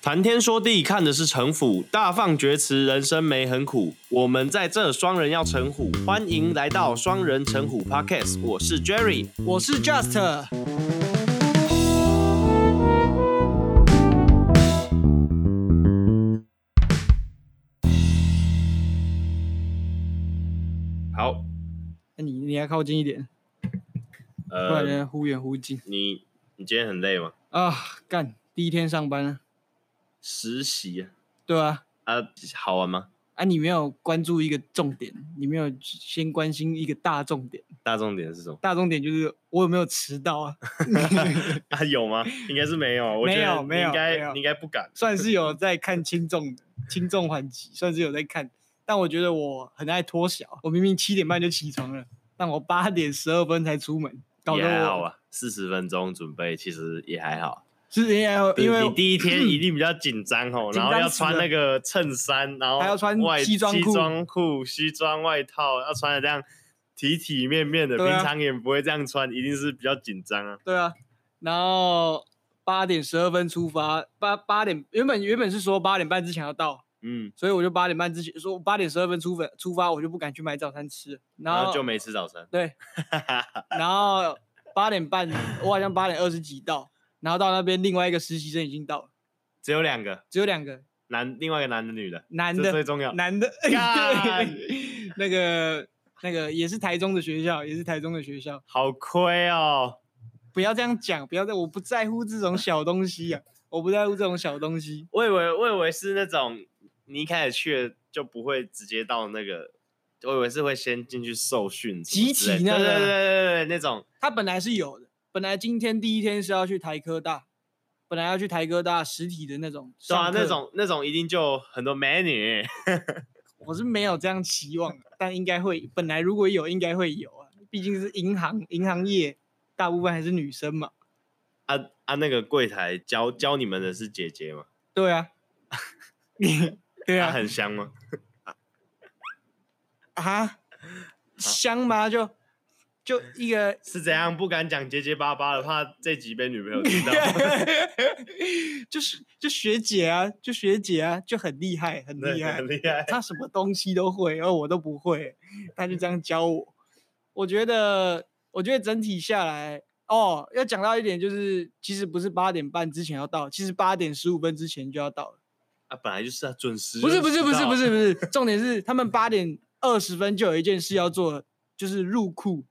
谈天说地看的是城府，大放厥词，人生没很苦。我们在这双人要成虎，欢迎来到双人成虎 Podcast，我是 Jerry。我是 Just，好，那哎你你来靠近一点，不然呃，人忽远忽近你你今天很累吗？啊！干，第一天上班啊，实习啊对啊，啊，好玩吗？啊，你没有关注一个重点，你没有先关心一个大重点，大重点是什么大重点就是我有没有迟到啊？ 啊？有吗？应该是没 有啊，我觉没有得你没有应没该有你应该不敢。算是有在看轻重的轻重缓急，算是有在看，但我觉得我很爱拖小，我明明七点半就起床了，但我八点十二分才出门，搞也得还好我吧，四十分钟准备其实也还好，是因为因为你第一天一定比较紧张哦， 紧然后张死了要穿那个衬衫，然后还要穿外西装裤西装裤、西装外套，要穿的这样体体面面的，对啊平常也不会这样穿，一定是比较紧张啊。对啊，然后八点十二分出发，八八点原本原本是说八点半之前要到，嗯，所以我就八点半之前说八点十二分出发出发，我就不敢去买早餐吃，然然后后就没吃早餐， 对，然后八点半我好像八点二十几到，然后到那边另外一个实习生已经到了，只有两个只有两个男，另外一个男的女的，男这最的重要。男的，干 对，那个那个也是台中的学校，也是台中的学校，好亏哦，不要这样讲，不要这我不在乎这种小东西啊，我不在乎这种小东西。我以为我以为是那种你一开始去了就不会直接到那个，我以为是会先进去受训什么集之类体的那对个对对对对对那种，他本来是有的，本来今天第一天是要去台科大，本来要去台科大实体的那种，对啊，那，种那种一定就很多美女。 我是没有这样期望的，但应该会，本来如果有应该会有啊，毕竟是银行，银行业大部分还是女生嘛，啊啊，那个柜台教教你们的是姐姐吗？对 啊，对她、啊，很香吗？。啊，香吗？就就一个 是怎样不敢讲结结巴巴的，怕这集被女朋友听到。就是就学姐啊，就学姐啊，就很厉害，很 厉对，害很，厉害。他什么东西都会，而我都不会，他就这样教我。我觉得，我觉得整体下来，哦，要讲到一点就是，其实不是八点半之前要到，其实八点十五分之前就要到了。啊，本来就是啊，准时。不是不是不是不，是不是，重点是他们八点二十分就有一件事要做了，就是入库，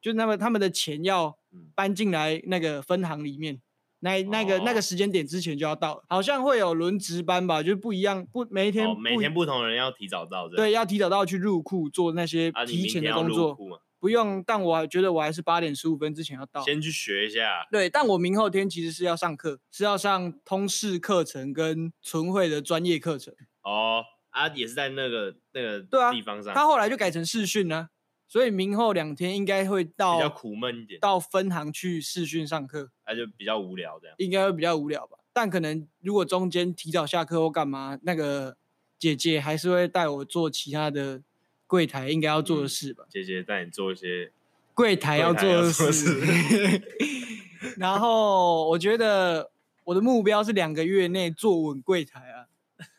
就是他们他们的钱要嗯搬进来那个分行里面。那那个、那哦个时间点之前就要到了，好像会有轮值班吧，就是不一样，不每一天哦，每不一天不同人要提早到这样。对，要提早到去入库做那些啊，你提明前天的要工入作，库嘛，不用。但我还觉得我还是八点十五分之前要到。先去学一下。对，但我明后天其实是要上课，是要上通识课程跟存会的专业课程。哦，啊，也是在那个那个对啊地方上，他后来就改成视讯了、所以明后两天应该会比较到苦闷一点，到分行去视讯上课，啊，就比较无聊这样。应该会比较无聊吧。但可能如果中间提早下课或干嘛，那个姐姐还是会带我做其他的柜台应该要做嗯的事吧。姐姐带你做一些，柜台要做的柜台事。然后我觉得我的目标是两个月内坐稳柜台啊，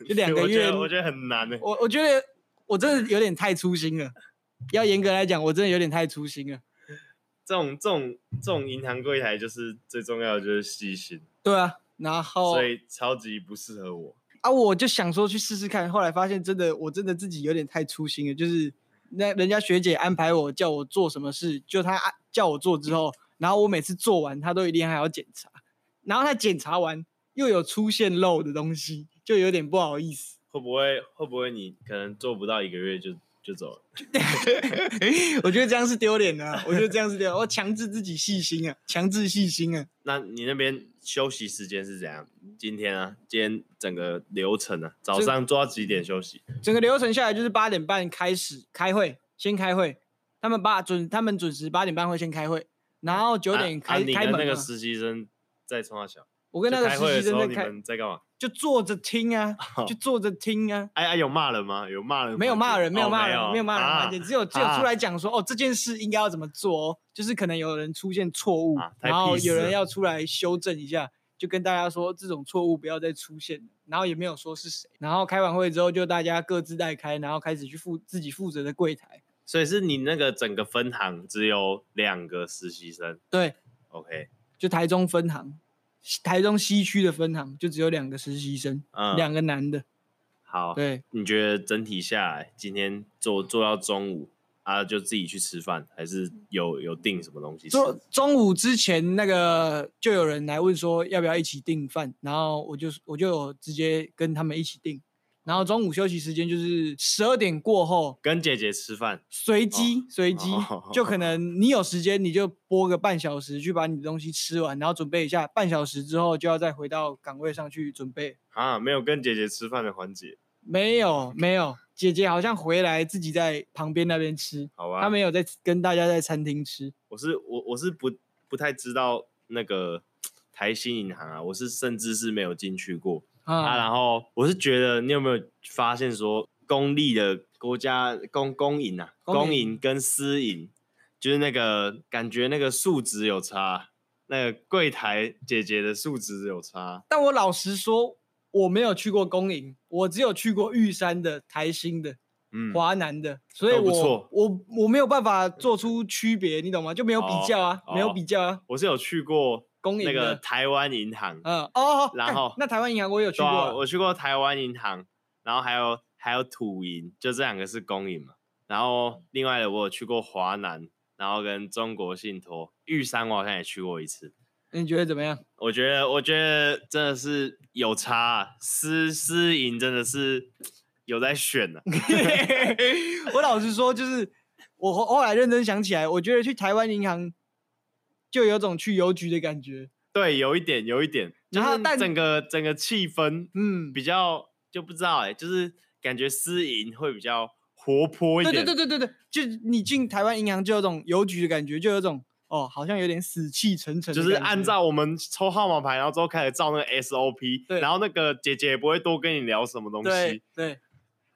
就两个 我觉月。哦得我觉得很难的。欸我我觉得我真的有点太粗心了。要严格来讲，我真的有点太粗心了。这种这种这种银行柜台就是最重要的就是细心。对啊，然后所以超级不适合我。啊，我就想说去试试看，后来发现真的，我真的自己有点太粗心了。就是那人家学姐安排我叫我做什么事，就她啊叫我做之后，然后我每次做完，她都一定还要检查，然后她检查完又有出现漏的东西，就有点不好意思。会不会会不会你可能做不到一个月就就走了？我觉得这样是丢脸的啊、我觉得这样是丢脸，我强制自己细心啊，强制细心啊。那你那边休息时间是怎样？今天啊，今天整个流程啊，早这上做到几点休息？整个流程下来就是八点半开始开会，先开会，他们八准他们准时八点半会先开会，然后九点啊开、啊、你开跟门那个嘛实习生在冲他小，我跟那就个开会实的习时生候在你开，们在干哦嘛？就坐着听啊，就坐着听啊，哎哎，有骂人吗？有骂人环节？ 没有骂人，没有哦骂没人，没有骂人啊环节，只有只有啊出来讲说，哦，这件事应该要怎么做哦，就是可能有人出现错误啊，太然后 peace 有人了要出来修正一下，就跟大家说这种错误不要再出现了，然后也没有说是谁。然后开完会之后，就大家各自带开，然后开始去负自己负责的柜台。所以是你那个整个分行只有两个实习生对， ，OK，就台中分行，西台中西区的分行就只有两个实习生，嗯，两个男的。好，对，你觉得整体下来，今天做做到中午啊，就自己去吃饭，还是嗯有有订什么东西吃？中中午之前那个就有人来问说要不要一起订饭，然后我就我就有直接跟他们一起订。然后中午休息时间就是十二点过后，跟姐姐吃饭， 随机随机哦， 就可能你有时间你就播个半小时去把你的东西吃完，然后准备一下，半小时之后就要再回到岗位上去准备。啊，没有跟姐姐吃饭的环节，没有没有，姐姐好像回来自己在旁边那边吃，好吧？她没有在跟大家在餐厅吃。我是我我是不不太知道那个台新银行啊，我是甚至是没有进去过啊。啊，然后我是觉得你有没有发现说，公立的国家公公营啊，公公营营跟私营，就是那个感觉那个素质有差，那个柜台姐姐的素质有差。但我老实说，我没有去过公营，我只有去过玉山的、台新的、嗯，华南的，所以都不我错我我没有办法做出区别，你懂吗？就没有比哦较啊，没有哦比较啊。我是有去过公营那个的台湾银行，嗯哦，然干后那台湾银行我有去对过啊，啊，我去过台湾银行，然后还有还有土银，就这两个是公营嘛。然后另外的我有去过华南，然后跟中国信托、玉山，我好像也去过一次。你觉得怎么样？我觉得，我觉得真的是有差、啊，私私营真的是有在选啊呢、我老实说，就是我后后来认真想起来，我觉得去台湾银行就有种去邮局的感觉。 对，有一点，有一点，就然后是啊但整个整个气氛嗯，比较就不知道哎、就是感觉私营会比较活泼一对点。对对对对对，就是你进台湾银行就有种邮局的感觉，就有种哦，好像有点死气沉沉的就感是觉。按照我们抽号码牌，然后之后开始照那个 SOP，对然后那个姐姐也不会多跟你聊什么东对西。对，然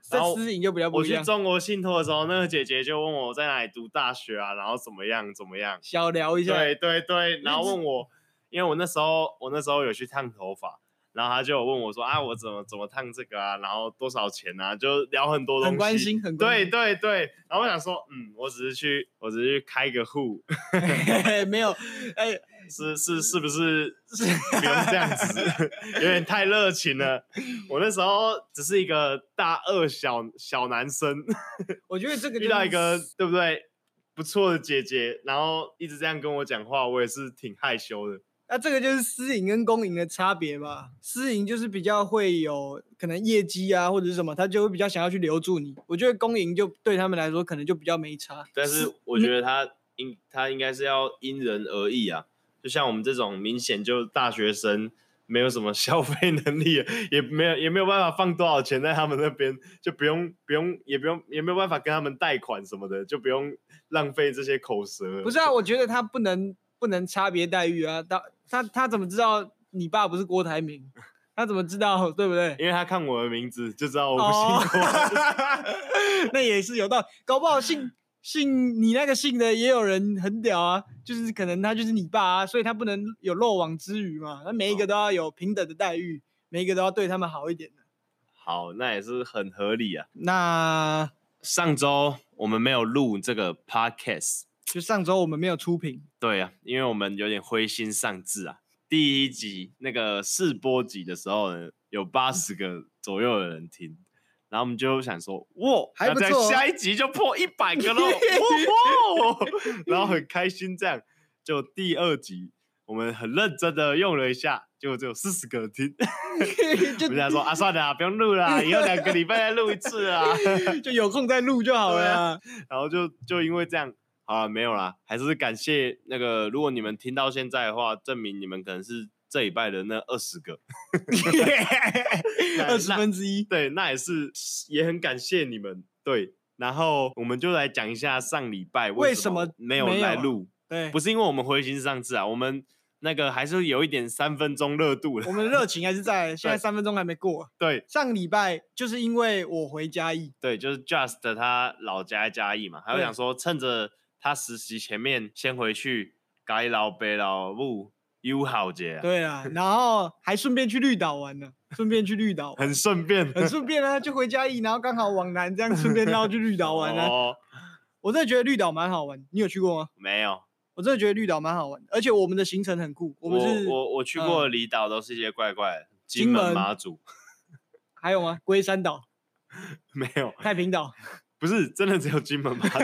在后私营就比较我不一去样，中国信托的时候，那个姐姐就问我在哪里读大学啊，然后怎么样怎么样。小聊一下。对对对，然后这问我，因为我那时候我那时候有去烫头发，然后她就有问我说啊，我怎么怎么烫这个啊，然后多少钱啊，就聊很多东西，很关心很关对心对对，然后我想说，嗯，我只是去，我只是去开个户， 没有，哎，是是是不是是不用这样子，有点太热情了。我那时候只是一个大二小小男生，我觉得这个遇就到是一个对不对不错的姐姐，然后一直这样跟我讲话，我也是挺害羞的。那这个就是私营跟公营的差别吧。私营就是比较会有可能业绩啊，或者是什么，他就会比较想要去留住你。我觉得公营就对他们来说可能就比较没差。但是我觉得他应他应该是要因人而异啊，就像我们这种明显就大学生。没有什么 消费能力了，也没有也没有办法放多少钱在他们那边，就不用不用也不用也没有办法跟他们贷款什么的，就不用浪费这些口舌。不是啊，我觉得他不能不能差别待遇啊。他他他怎么知道你爸不是郭台铭？他怎么知道对不对？因为他看我的名字就知道我不哦姓郭。 那也是有道理，搞不好姓姓你那个姓的也有人很屌啊，就是可能他就是你爸啊，所以他不能有漏网之鱼嘛，那每一个哦都要有平等的待遇，每一个都要对他们好一点的。好，那也是很合理啊。那上周我们没有录这个 podcast，就上周我们没有出品，对啊，因为我们有点灰心丧志啊。第一集那个试播集的时候呢，有八十个左右的人听，然后我们就想说，哇，还那不在错哦下一集就破一百个喽， 哇吼然后很开心这样。就第二集，我们很认真的用了一下，结果只有四十个人听。 就我们想说啊，算了啊，不用录啦，以后两个礼拜再录一次啊。 就有空再录就好了对啊 啊。然后就就因为这样，好啊了，没有啦，还是感谢那个，如果你们听到现在的话，证明你们可能是这礼拜的那二十个，那二十分之一，对，那也是也很感谢你们，对。然后我们就来讲一下上礼拜为什什么么没有没来有啊录，对，不是因为我们灰心丧志啊，我们那个还是有一点三分钟热度我的，们热情还是在，现在对三分钟还没过。对上礼拜就是因为我回嘉义，对，就是 Just 他老家在嘉义嘛，他就对想说趁着他实习前面先回去改老北老母友好节、啊，对啊，然后还顺便去绿岛玩呢，顺便去绿岛玩，很顺便，很顺便啊，就回嘉义，然后刚好往南这样顺便绕去绿岛玩啊。哦，我真的觉得绿岛蛮好玩，你有去过吗？没有，我真的觉得绿岛蛮好玩，而且我们的行程很酷，我我们是我我去嗯过的离岛都是一些怪怪的，金金门、门马祖还有吗？龟山岛、 没有，太平岛，不是真的只有金门、马 祖，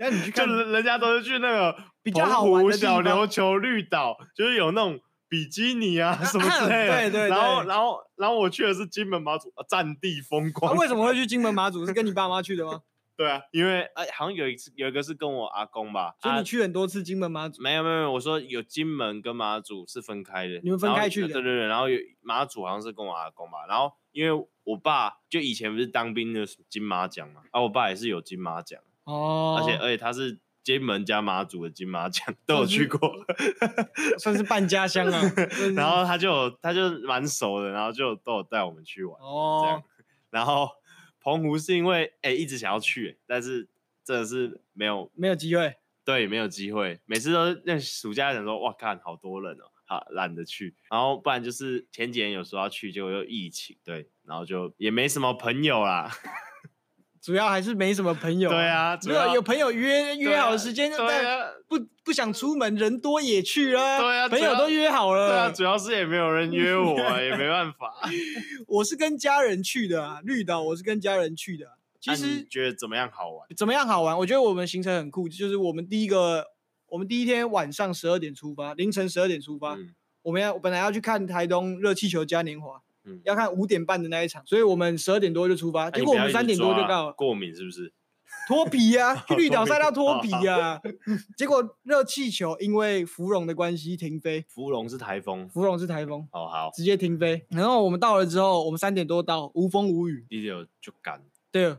那你去 就看人人家都是去那个比较澎好玩湖的地小琉方球、绿岛，就是有那种比基尼啊什么之类的，对对然后对然后然后我去的是金门、马祖，啊战地风啊光，为什么会去金门马祖？是跟你爸妈去的吗？ 对啊，因为哎、好像有一次有一个是跟我阿公吧，所以啊你去很多次金门马祖，没有没有，没有我说有金门跟马祖是分开的，你们分然后开去的对对对，然后有马祖好像是跟我阿公吧，然后因为我爸就以前不是当兵的金马奖嘛，啊，我爸也是有金马奖，哦，而且而且他是金门加马祖的金马奖 都哦有是去过，算是半家 乡啊。真的然是后他就有他就蛮熟的，然后就都有带我们去玩，这样哦，然后澎湖是因为哎、一直想要去、但是真的是没有没有机会，对，没有机会，每次都是那暑假想说，哇，看好多人哦，好懒得去，然后不然就是前几年有说要去，结果又疫情，对，然后就也没什么朋友啦，主要还是没什么朋友。对，啊，主没 有要有朋友约对约啊好时间，对但啊，不不想出门，人多也去啊。对啊朋主友要都约好对啊，了。主要是也没有人约 我啊，也没办法。我是跟家人去的啊，绿岛我是跟家人去的啊。其那你实觉得怎么样好玩？怎么样好玩？我觉得我们行程很酷，就是我们第一个，我们第一天晚上十二点出发，凌晨十二点出发，嗯我们要本来要去看台东热气球嘉年华，嗯，要看五点半的那一场，所以我们十二点多就出那发，结啊你果不我要们一三直点多就抓到了，过敏是不是？脱皮啊， 去绿脱岛皮晒到脱皮好 啊，结果热气球因为芙蓉的关系停飞，芙蓉是台风，芙蓉是台风，哦好，直接停飞。然后我们到了之后，我们三点多到，无风无雨，一直有就赶，对了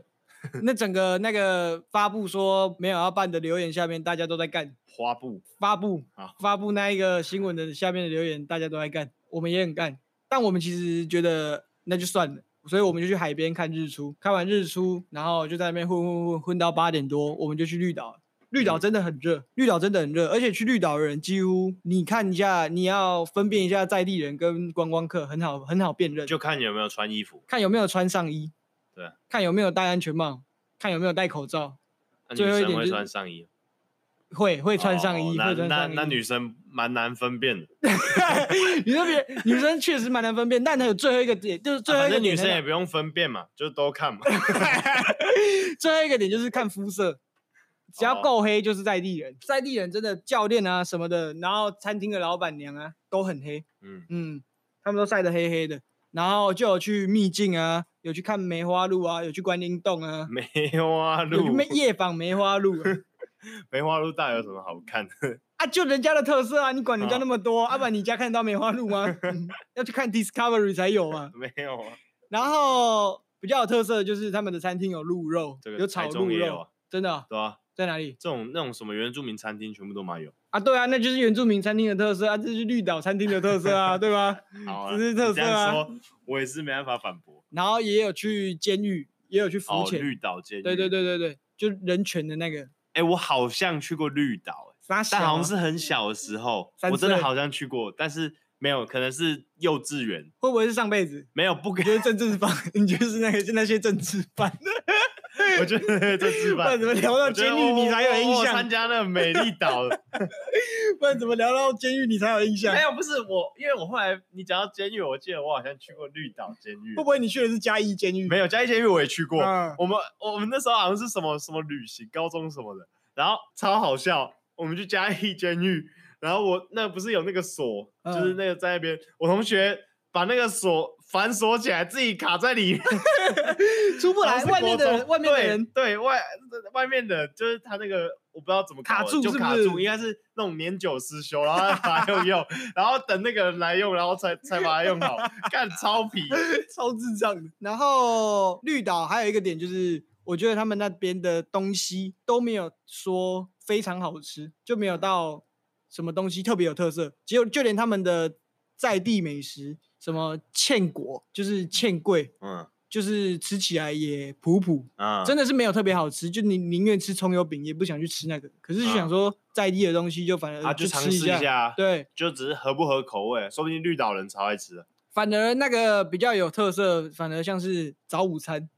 那整个那个发布说没有要办的留言下面，大家都在干花布发布好发布那一个新闻的下面的留言，大家都在干，我们也很干，但我们其实觉得那就算了，所以我们就去海边看日出，看完日出，然后就在那边混混混混到八点多，我们就去绿岛了。绿岛嗯真的很热，绿岛真的很热，而且去绿岛的人几乎你看一下，你要分辨一下在地人跟观光客，很好很好辨认，就看有没有穿衣服。看有没有穿上衣，对，看有没有戴安全帽，看有没有戴口罩，那女最后一生点会就是穿上衣吗，会会穿上哦衣，那会穿那上衣。那女生蛮难分辨的。 你说别女生确实蛮难分辨，但还有最后一个点，就是最啊后反一个正点女很生好也不用分辨嘛，就都 看嘛。最后一个点就是看肤色，只要哦够黑就是在地人，在地人真的教练啊什么的，然后餐厅的老板娘啊都很黑，嗯，嗯，他们都晒得黑黑的，然后就有去秘境啊，有去看梅花鹿啊，有去观音洞啊，梅花有去鹿梅，夜访梅花鹿啊梅花鹿到底有什么好看的？ 啊，就人家的特色啊，你管人家哦那么多，啊不然你家看得到梅花鹿 吗？嗯要去看 Discovery 才有啊。没有啊，然后比较有特色的就是他们的餐厅有鹿肉，这个有台炒中鹿也有肉，啊，真的哦、对啊，在哪里这种那种什么原住民餐厅全部都蛮有。啊？对啊，那就是原住民餐厅的特色啊，这是绿岛餐厅的特 色啊，对吧？好 啊，这是特你这色样啊说，我也是没办法反驳。然后也有去监狱，也有去浮哦，潜，绿岛监狱，对对。对对对，就人权的那个哎，我好像去过绿岛，哎啥小啊、但好像是很小的时候，三我真的岁好像去过，但是没有，可能是幼稚园，会不会是上辈子？没有不给你。就是政治犯， 你就是那个那些政治犯，我觉得这次不 吧然。怎么聊到我觉得监狱你我才有我印我象参？加那个美丽岛，不然怎么聊到监狱你才有印 象没？有，不是我，因为我后来你讲到监狱，我记得我好像去过绿岛监狱会，不会你去的是嘉义监狱？没有嘉义监狱我也去过。嗯我们我们那时候好像是什么什么旅行，高中什么的，然后超好笑，我们去嘉义监狱，然后我那不是有那个锁，就是嗯那个在那边，我同学把那个锁反锁起来，自己卡在里面，出不然来，后是外面国的人，中外面的对人对外外面的，就是他那个我不知道怎么搞卡的住就是不卡是住，应该是那种年久失修，然后他把它用用，然后等那个人来用，然后才才把它用好，干超皮， 超智障的。然后绿岛还有一个点就是，我觉得他们那边的东西都没有说非常好吃，就没有到什么东西特别有特色。只有就连他们的在地美食，什么芡果，就是芡贵， 嗯，就是吃起来也普普，啊，真的是没有特别好吃，就你宁愿吃葱油饼，也不想去吃那个。可是就想说在地的东西，就反嗯啊而就尝吃试一下。下，对，就只是合不合口味，说不定绿岛人超爱吃的。反而那个比较有特色，反而像是早午餐，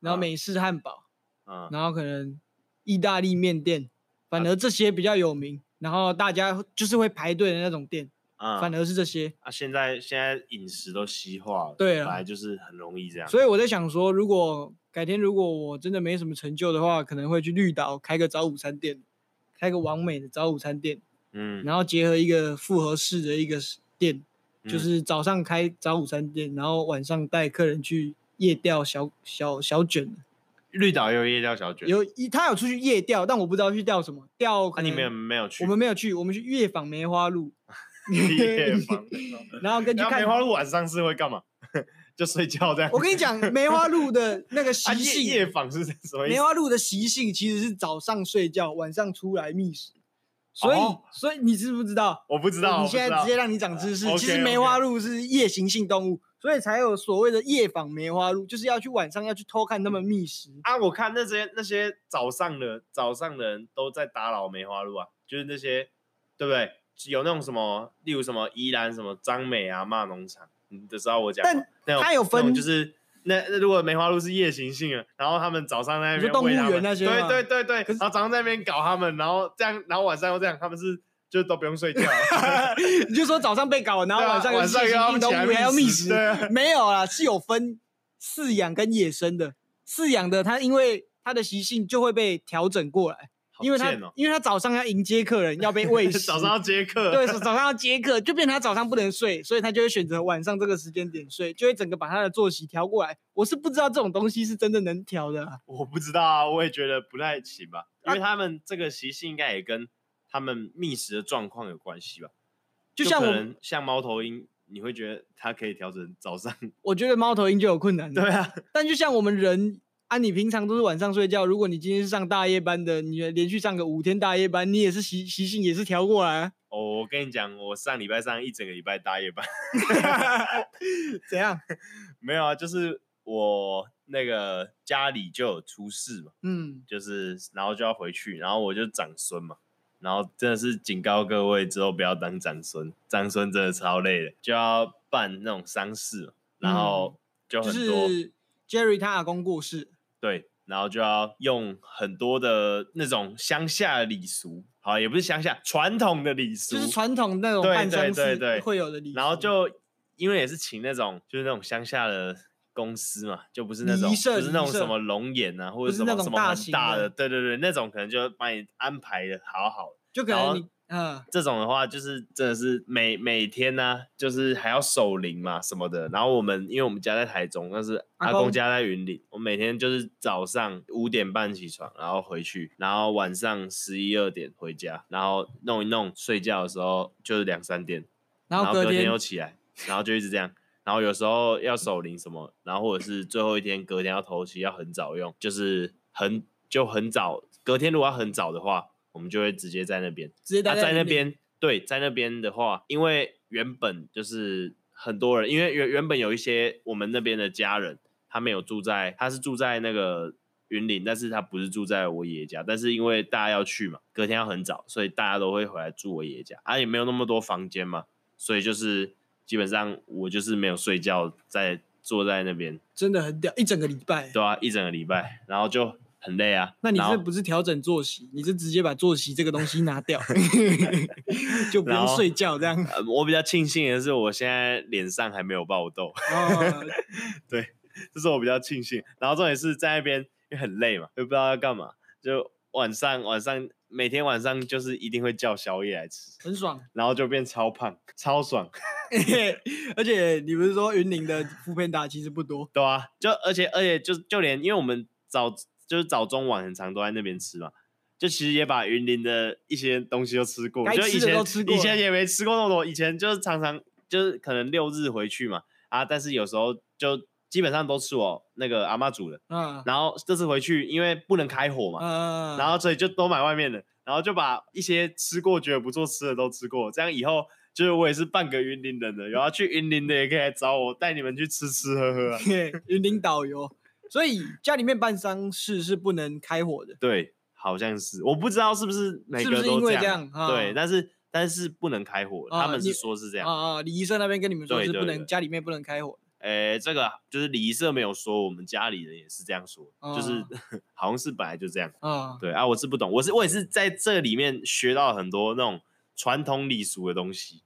然后啊美式汉堡，嗯，然后可能意大利面店，反而这些比较有名，然后大家就是会排队的那种店，嗯反而是这些。啊，现在现在饮食都西化了，对啊本来就是很容易这样。所以我在想说，如果改天如果我真的没什么成就的话，可能会去绿岛开个早午餐店，开个完美的早午餐店，嗯，然后结合一个复合式的一个是店，就嗯是早上开早午餐店，然后晚上带客人去夜钓小小小卷。绿岛也有夜钓小卷，有一他有出去夜钓，但我不知道去钓什么钓。啊，你们有没有去？我们没有去，我们去月访梅花鹿， 夜 访然后根据然后看梅花鹿晚上是会干嘛？ 就睡觉这样。我跟你讲，梅花鹿的那个啊，习夜性夜，访是什么意梅思？花鹿的习性其实是早上睡觉，晚上出来觅食。所以，哦所以你知不知道？我不知道，你我不现知在道直接让你长知识。 OK，其实梅花鹿是夜行性动物，所以才有所谓的夜访梅花鹿，就是要去晚上要去偷看它们觅食。啊，我看那些那些早上的早上的人都在打扰梅花鹿啊，就是那些对不对？有那种什么，例如什么宜兰什么张美啊骂农场，你都知道我讲吗。但那种它有那种分就是那那如果梅花鹿是夜行性的，然后他们早上在那你说边动喂物它园们那些对吗对对对可，是然后早上在那边搞他们，然后这样，然后晚上又这样，他们是就都不用睡觉， 你就说早上被搞，然后对啊晚上又晚是上夜又行要起性动来物还要觅觅食食对啊，没有啦，是有分饲养跟野生的。饲养的它因为它的习性就会被调整过来，好因为它贱哦因为它早上要迎接客人，要被喂食， 早上要接客，对，早上要接客，就变成他早上不能睡，所以他就会选择晚上这个时间点睡，就会整个把他的作息调过来。我是不知道这种东西是真的能调的啊、 我不知道啊，我也觉得不太行吧，因为他们这个习性应该也跟他们觅食的状况有关系吧。就像可我，能像猫头鹰，你会觉得它可以调整早上， 我觉得猫头鹰就有困难的。对啊，但就像我们人啊，你平常都是晚上睡觉，如果你今天是上大夜班的，你连续上个五天大夜班，你也是习习性也是调过来、啊， 哦，我跟你讲，我上礼拜上一整个礼拜大夜班，怎样？ 没有啊，就是我那个家里就有出事嘛，嗯，就是然后就要回去，然后我就长孙嘛，然后真的是警告各位之后不要当长孙，长孙真的超累的，就要办那种丧事嘛，然后就嗯就很多、是 Jerry 他阿公过世，对，然后就要用很多的那种乡下礼俗，好，也不是乡下传统的礼俗，就是传统那种对办对丧对事对会有的礼俗，然后就因为也是请那种就是那种乡下的公司嘛，就不是那礼种不社是那种礼什社么龙眼啊，或不者是什那么种什么大很型大的，的对对对，那种可能就帮你安排的好好的。就可然后能你嗯。这种的话，就是真的是每每天呢、就是还要守灵嘛什么的。然后我们因为我们家在台中，但是阿阿公公家在云林，我每天就是早上五点半起床，然后回去，然后晚上十一二点回家，然后弄一弄，睡觉的时候就是两三点，然后隔隔天又起来，然后就一直这样。然后有时候要守灵什么，然后或者是最后一天隔天要头七，要很早用，就是很就很早。隔天如果要很早的话，我们就会直接在那边。直接他待啊在里那面，边，对，在那边的话，因为原本就是很多人，因为原原本有一些我们那边的家人，他没有住在，他是住在那个云林，但是他不是住在我爷爷家，但是因为大家要去嘛，隔天要很早，所以大家都会回来住我爷爷家，啊，也没有那么多房间嘛，所以就是基本上我就是没有睡觉，在坐在那边，真的很屌，一整个礼拜。对啊，一整个礼拜，然后就很累啊。那你然后这不是调整作息，你是直接把作息这个东西拿 掉，就不然用后睡觉这样。 呃我比较庆幸的是，我现在脸上还没有爆痘。哦，这是我比较庆幸。然后重点是在那边，因为很累嘛，又不知道要干嘛，就晚上晚上每天晚上就是一定会叫宵夜来吃，很爽。然后就变超胖，超爽， 而且你不是说云林的副片打其实不多，对啊，就而且而且就就连因为我们早就是早中晚很常都在那边吃嘛。就其实也把云林的一些东西都吃过，该就吃以的前都吃过以了前也没吃过那么多，以前就是常常就是可能六日回去嘛，啊，但是有时候就基本上都吃我那个阿妈煮的，嗯然后这次回去因为不能开火嘛，嗯，然后所以就都买外面的，然后就把一些吃过觉得不错吃的都吃过，这样以后就是我也是半个云林人的，有要去云林的也可以来找我，带你们去吃吃喝喝啊。 嘿 云林导游，所以家里面办丧事是不能开火的。对，好像是，我不知道是不是每是个都不是因为这样这啊。样对，啊但是但是不能开火，啊他们你是说是这样。啊啊！李医生那边跟你们说对是对不能，对家里面不能开火。诶、这个就是礼仪社没有说，我们家里人也是这样说，哦就是 好像是本来就这样。啊，对啊，我是不懂，我是我也是在这里面学到很多那种传统礼俗的东西。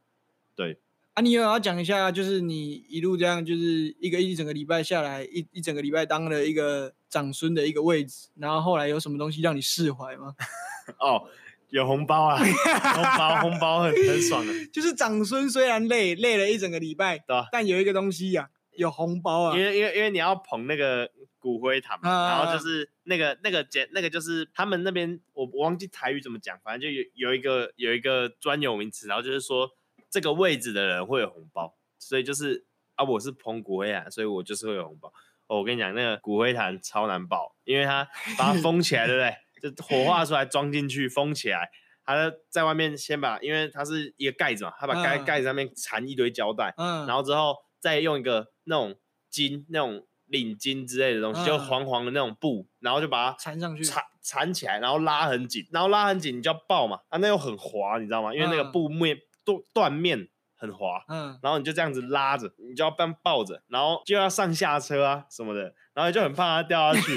啊，你有要讲一下，就是你一路这样，就是一个一整个礼拜下来，一一整个礼拜当了一个长孙的一个位置，然后后来有什么东西让你释怀吗？ 哦，有红包啊，红包红包很很爽的，就是长孙虽然累，累了一整个礼拜，对啊但有一个东西呀、有红包啊因，为因为因为你要捧那个骨灰坛嘛，啊然后就是那个那个简那个就是他们那边我我忘记台语怎么讲，反正就有有一个有一个专有名词，然后就是说这个位置的人会有红包，所以就是啊我是捧骨灰坛，所以我就是会有红包。哦，我跟你讲，那个骨灰坛超难爆，因为 它把它封起来，对不对？就火化出来装进去封起来，它在外面先把，因为它是一个盖子嘛，它把盖啊盖子上面缠一堆胶带。嗯，然后之后再用一个那种巾、那种领巾之类的东西，就嗯黄黄的那种布，然后就把它缠上去，缠缠起来，然后拉很紧，然后拉很紧你就要爆嘛，啊，那又很滑，你知道吗？因为那个嗯布面断断面很滑，嗯，然后你就这样子拉着，你就要这样抱着，然后就要上下车啊什么的，然后你就很怕它掉下 去，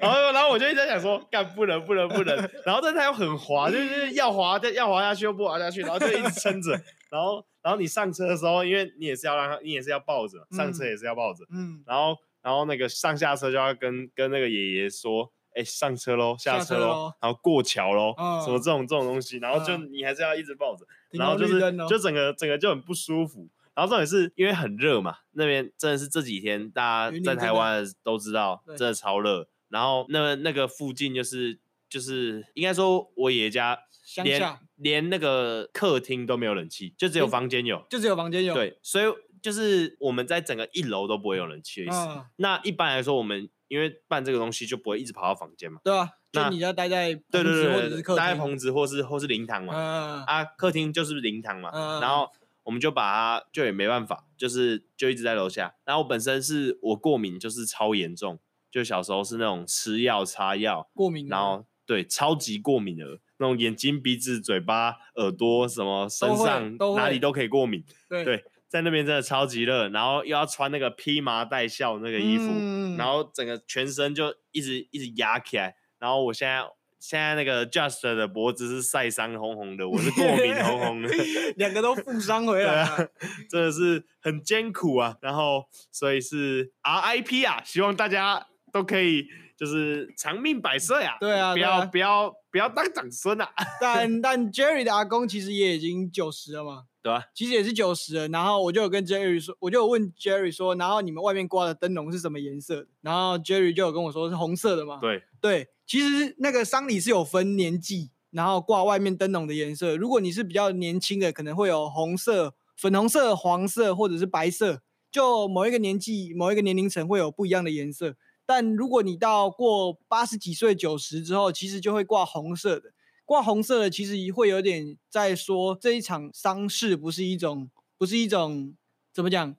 然后然后我就一直在想说，干不能不能不能，然后但它又很滑，就是要滑再要滑下去又不滑下去，然后就一直撑着，然后然后你上车的时候，因为你也是要让它，你也是要抱着，上车嗯也是要抱着，嗯，然后然后那个上下车就要跟跟那个爷爷说。哎，上车喽，下下车车喽咯，然后过桥喽，什么嗯这种这种东西，然后就嗯你还是要一直抱着。停然后红就绿是灯哦，就整个整个就很不舒服。然后重点是因为很热嘛，那边真的是这几天大家云林在真台的湾的都知道，对真的超热。然后那那个附近就是就是应该说我爷爷家乡连下连那个客厅都没有冷气，就只有诶房间有。就只有房间有，对，所以就是我们在整个一楼都不会有冷气的意思。嗯，那一般来说，我们因为办这个东西就不会一直跑到房间嘛。对啊，就那你要待在对对棚子或对者对是对，客待在厅，棚子或是或是灵堂嘛。嗯，啊，客厅就是灵堂嘛，嗯嗯嗯然后我们就把它就也没办法，就是就一直在楼下。然后我本身是我过敏，就是超严重，就小时候是那种吃药擦药，过敏了，然后对超级过敏的，那种眼睛、鼻子、嘴巴、耳朵什么身都会上都哪会里都可以过敏，对对在那边真的超级热，然后又要穿那个披麻戴孝那个衣服，嗯然后整个全身就一直一直压起来。然后我现在现在那个 Just 的脖子是晒伤红红的，我是过敏红 红的，嗯两个都负伤回对来啊了。，真的是很艰苦啊。然后所以是 RIP 啊，希望大家都可以就是长命百岁啊，对啊不对要啊不要不要当长孙 啊，但但 Jerry 的阿公其实也已经九十了嘛，对啊，其实也是九十了。然后我就有跟 Jerry 说，我就有问 Jerry 说，然后你们外面挂的灯笼是什么颜色的？然后 Jerry 就有跟我说是红色的嘛。对，对，其实那个丧礼是有分年纪，然后挂外面灯笼的颜色。如果你是比较年轻的，可能会有红色、粉红色、黄色或者是白色，就某一个年纪、某一个年龄层会有不一样的颜色。但如果你到过八十几岁、九十之后，其实就会挂红色的。挂红色的其实会有点在说这一场丧事不是一种，不是一种怎么讲，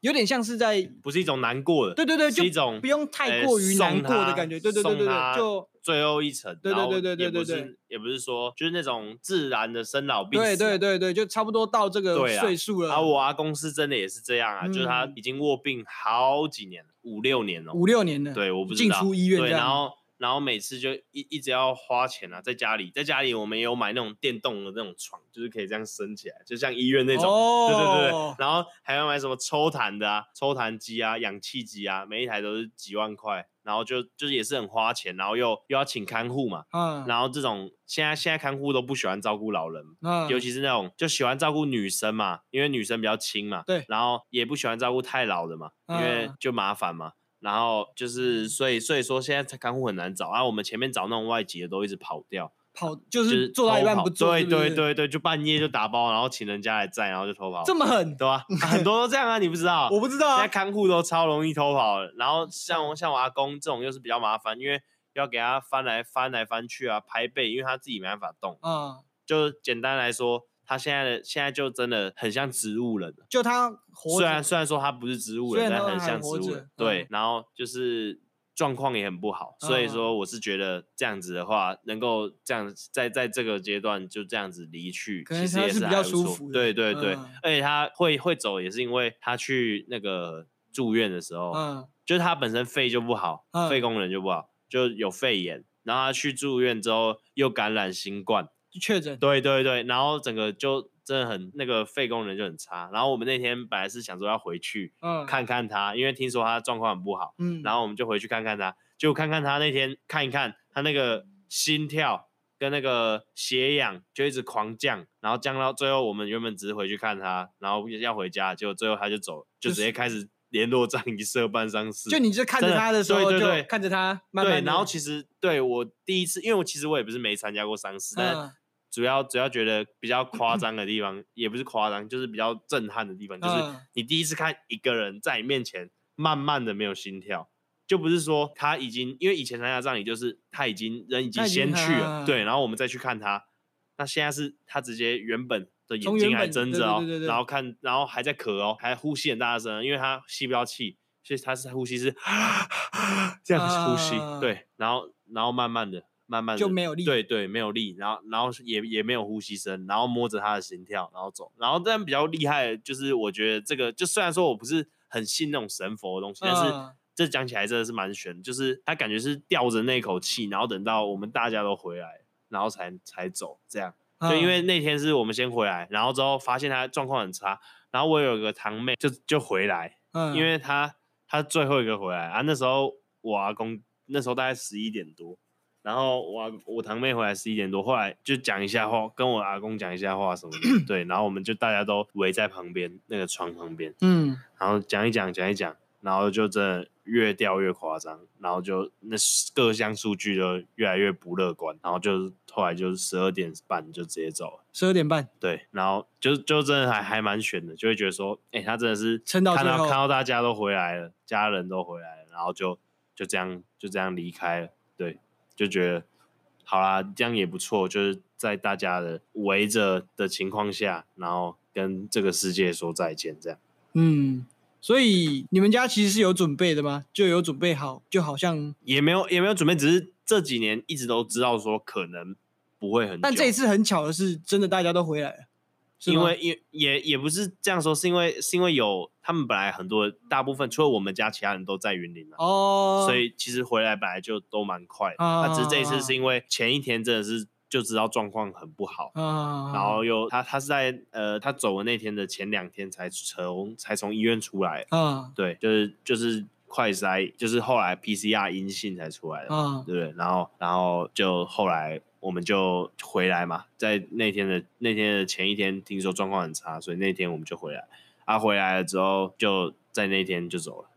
有点像是在不是一种难过的，对对对，是就一种不用太呃过于难送过的他感觉。对对对送对他对，就最后一层，对对然后对对对也不对是也不是说就是那种自然的生老病死啊、对对对对，就差不多到这个对啊岁数了，啊，我阿公是真的也是这样啊，就是他嗯已经卧病好几年了，五六年了、五六年了，对，我不知进道。出医院这对，样，然后然后每次就一一直要花钱啊，在家里，在家里我们也有买那种电动的那种床，就是可以这样升起来，就像医院那种。哦，对对对对，然后还要买什么抽痰的啊、抽痰机啊、氧气机啊，每一台都是几万块，然后就就是也是很花钱，然后又又要请看护嘛，嗯，然后这种现在现在看护都不喜欢照顾老人，嗯，尤其是那种就喜欢照顾女生嘛，因为女生比较轻嘛，对然后也不喜欢照顾太老的嘛，因为嗯就麻烦嘛。然后就是，所以所以说现在看护很难找啊。我们前面找那种外籍的都一直跑掉，跑就就是是做到一偷半跑不做，对是不对是，对对，就半夜就打包，然后请人家来载，然后就偷跑，这么狠，对 吧、啊很多都这样啊，你不知道？我不知道现在啊，嗯看护都超容易偷跑的，然后像我像我阿公这种又是比较麻烦，因为要给他翻来翻来翻去啊，拍背，因为他自己没办法动。嗯就简单来说，他现在的现在就真的很像植物人了。就他活虽着然虽然说他不是植物虽人，然但他很还像植活物着人。对嗯，然后就是状况也很不好，所以嗯说我是觉得这样子的话，能够这样在在这个阶段就这样子离去，可能其实他也是比还较不舒错服的对对对，嗯而且他会会走也是因为他去那个住院的时候，嗯就是他本身肺就不好，嗯肺功能就不好，就有肺炎。然后他去住院之后又感染新冠，就确诊，对对对，然后整个就真的很那个肺功能就很差。然后我们那天本来是想说要回去嗯，看看他，因为听说他状况很不好，嗯，然后我们就回去看看他，就看看他那天看一看他那个心跳跟那个血氧就一直狂降，然后降到最后，我们原本只是回去看他，然后要回家，结果最后他就走了，就就直接开始联络葬仪社办丧事，就你就看真着的他的时对候，对就对看着他慢慢对，地然后其实对我第一次，因为我其实我也不是没参加过丧事，但嗯主要主要觉得比较夸张的地方，也不是夸张，就是比较震撼的地方，就是嗯你第一次看一个人在你面前慢慢的没有心跳，就不是说他已经，因为以前参加葬礼就是他已经人已经他已先经去了，嗯对，然后我们再去看他，那现在是他直接原本的眼从原睛还本睁着对对哦，对对对然后看，然后还在咳哦，还呼吸很大声，因为他吸不到气，所以他是呼吸是 这样子呼吸，啊对，然后然后慢慢的。慢慢地就没有力对对，没有力，然后然后也也没有呼吸声，然后摸着他的心跳，然后走，然后但比较厉害的就是我觉得这个，就虽然说我不是很信那种神佛的东西，但是嗯这讲起来真的是蛮悬，就是他感觉是吊着那口气，然后等到我们大家都回来，然后才才走这样。就因嗯为那天是我们先回来，然后之后发现他状况很差，然后我有个堂妹就就回来，嗯因为她她最后一个回来啊，那时候我阿公那时候大概十一点多，然后我阿我堂妹回来十一点多，后来就讲一下话，跟我阿公讲一下话什么的，对，然后我们就大家都围在旁边那个床旁边，嗯然后讲一讲讲一讲，然后就真的越掉越夸张，然后就那各项数据就越来越不乐观，然后就后来就是十二点半就直接走了。十二点半对，然后就就真的还还蛮悬的，就会觉得说，哎、他真的是撑到看最到后看到大家都回来了，家人都回来了，然后就就这样就这样离开了，对，就觉得好啦，这样也不错，就是在大家的围着的情况下，然后跟这个世界说再见，这样。嗯，所以你们家其实是有准备的吗？就有准备好，就好像，也没有也没有准备，只是这几年一直都知道说可能不会很久，但这一次很巧的是，真的大家都回来了，是因吗为也也也不是这样说，是因为是因为有他们本来很多大部分除了我们家，其他人都在云林啊。哦，所以其实回来本来就都蛮快的，那、只是这一次是因为前一天真的是就知道状况很不好，啊，然后又他他是在呃他走的那天的前两天才从才从医院出来，啊对，就是就是快筛，就是后来 PCR 阴性才出来的嘛。啊对不对？然后，然后就后来我们就回来嘛，在那天的那天的前一天，听说状况很差，所以那天我们就回来。啊，回来了之后，就在那天就走了。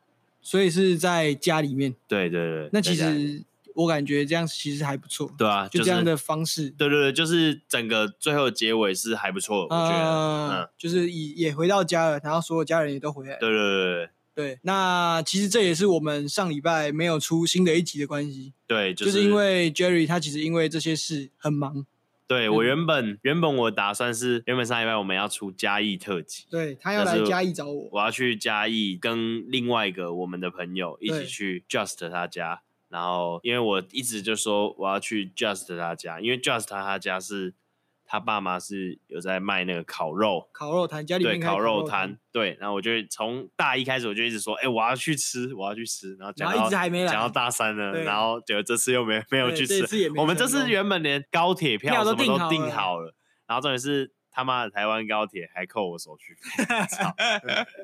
所以是在家里面。对对对，那其在家里实我感觉这样其实还不错，对啊，就这样是的方式，对对对，就是整个最后结尾是还不错，我觉得。啊嗯就是也也回到家了，然后所有家人也都回来了。对对对对对，那其实这也是我们上礼拜没有出新的一集的关系，对，就是、是因为 Jerry 他其实因为这些事很忙，对我嗯原本原本我打算是原本上礼拜我们要出嘉义特辑，对他要但来是嘉义找我，我要去嘉义跟另外一个我们的朋友一对起去 Just 他家，然后因为我一直就说我要去 Just 他家，因为 Just 他家是他爸妈是有在卖那个烤肉，烤肉摊家里对面开烤肉肉摊，，对，然后我就从大一开始我就一直说，哎、我要去吃，我要去吃，然后讲然后一到直还没来，讲到大三了，对然后觉得这次又没没有对去这吃次也，没我们这成次功原本连高铁票票什都么订都好订了好了，然后重点是他妈的台湾高铁还扣我手续费， 操！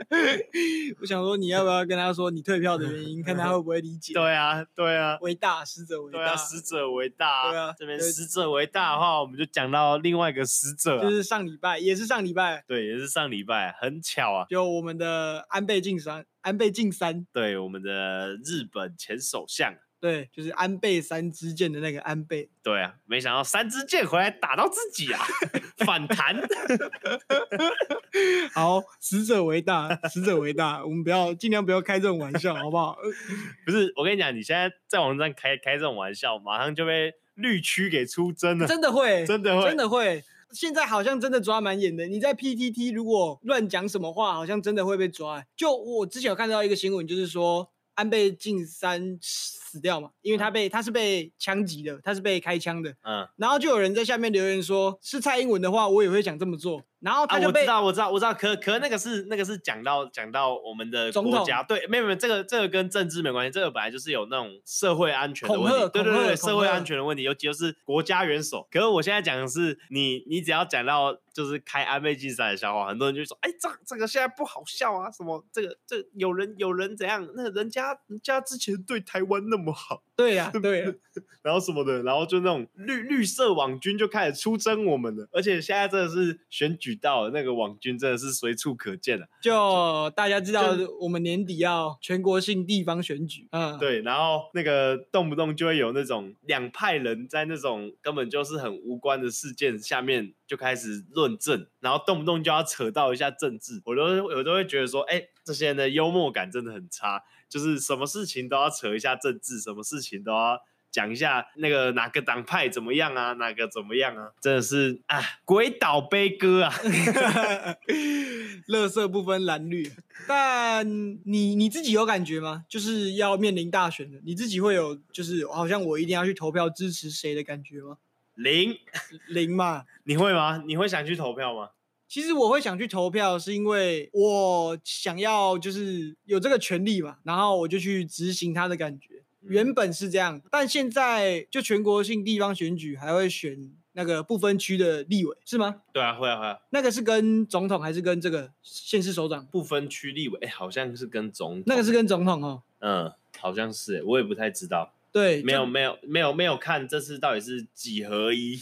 我想说你要不要跟他说你退票的 原因，看他会不会理解？，对啊，对啊，伟大师者伟对啊，大，死者为大啊。对啊这边对死者为大的话，我们就讲到另外一个死者啊、就是上礼拜也是上礼拜，对，也是上礼拜，很巧啊。就我们的安倍晋三，安倍晋三，对，我们的日本前首相，啊对，就是安倍三支箭的那个安倍，对啊，没想到三支箭回来打到自己啊， 反弹。好，死者为大，死者为大，我们不要尽量不要开这种玩笑，好不好？呃不是，我跟你讲，你现在在网站开开这种玩笑，马上就被绿区给出征了。呃真的 会，真的会真的会。现在好像真的抓蛮严的。你在 PTT 如果乱讲什么话，好像真的会被抓、欸就我之前有看到一个新闻，就是说安倍晋三死掉嘛，因为他被、他是被枪击的，他是被开枪的。嗯，然后就有人在下面留言说，是蔡英文的话，我也会想这么做。然后啊，他就我被、知道，我知道，我知道，可可那个是那个是讲到讲到我们的总国统家，对，没有没有，这个这个跟政治没关系，这个本来就是有那种社会安全的恐问题吓，对对恐吓对，恐社会吓安全的问题，尤其就是国家元首。可是我现在讲的是你，你只要讲到就是开安倍晋三的笑话，很多人就说，哎，这这个现在不好笑啊，什么这个这有人有人怎样，那人家人家之前对台湾那么好，对 呀、 对啊呀、然后什么的，然后就那种绿绿色网军就开始出征我们了，而且现在真的是选举到了那个网军真的是随处可见了、啊就大家知道就我们年底要全国性地方选举， 嗯，，对，然后那个动不动就会有那种两派人在那种根本就是很无关的事件下面就开始论证，然后动不动就要扯到一下政治，我都我都会觉得说，哎，这些人的幽默感真的很差，就是什么事情都要扯一下政治，什么事情都要。讲一下那个哪个党派怎么样啊，哪个怎么样啊？真的是啊，鬼岛悲歌啊！ 乐色不分蓝绿。但你你自己有感觉吗？就是要面临大选了，你自己会有就是好像我一定要去投票支持谁的感觉吗？零，零嘛。你会吗？你会想去投票吗？其实我会想去投票，是因为我想要就是有这个权利嘛，然后我就去执行它的感觉。嗯原本是这样，但现在就全国性地方选举还会选那个不分区的立委是吗？对啊，会啊，会啊。那个是跟总统还是跟这个县市首长？不分区立委，哎、好像是跟总那个统是跟总统哦。嗯，好像是欸，我也不太知道，对，没就有没有没有没有看这次到底是几合一，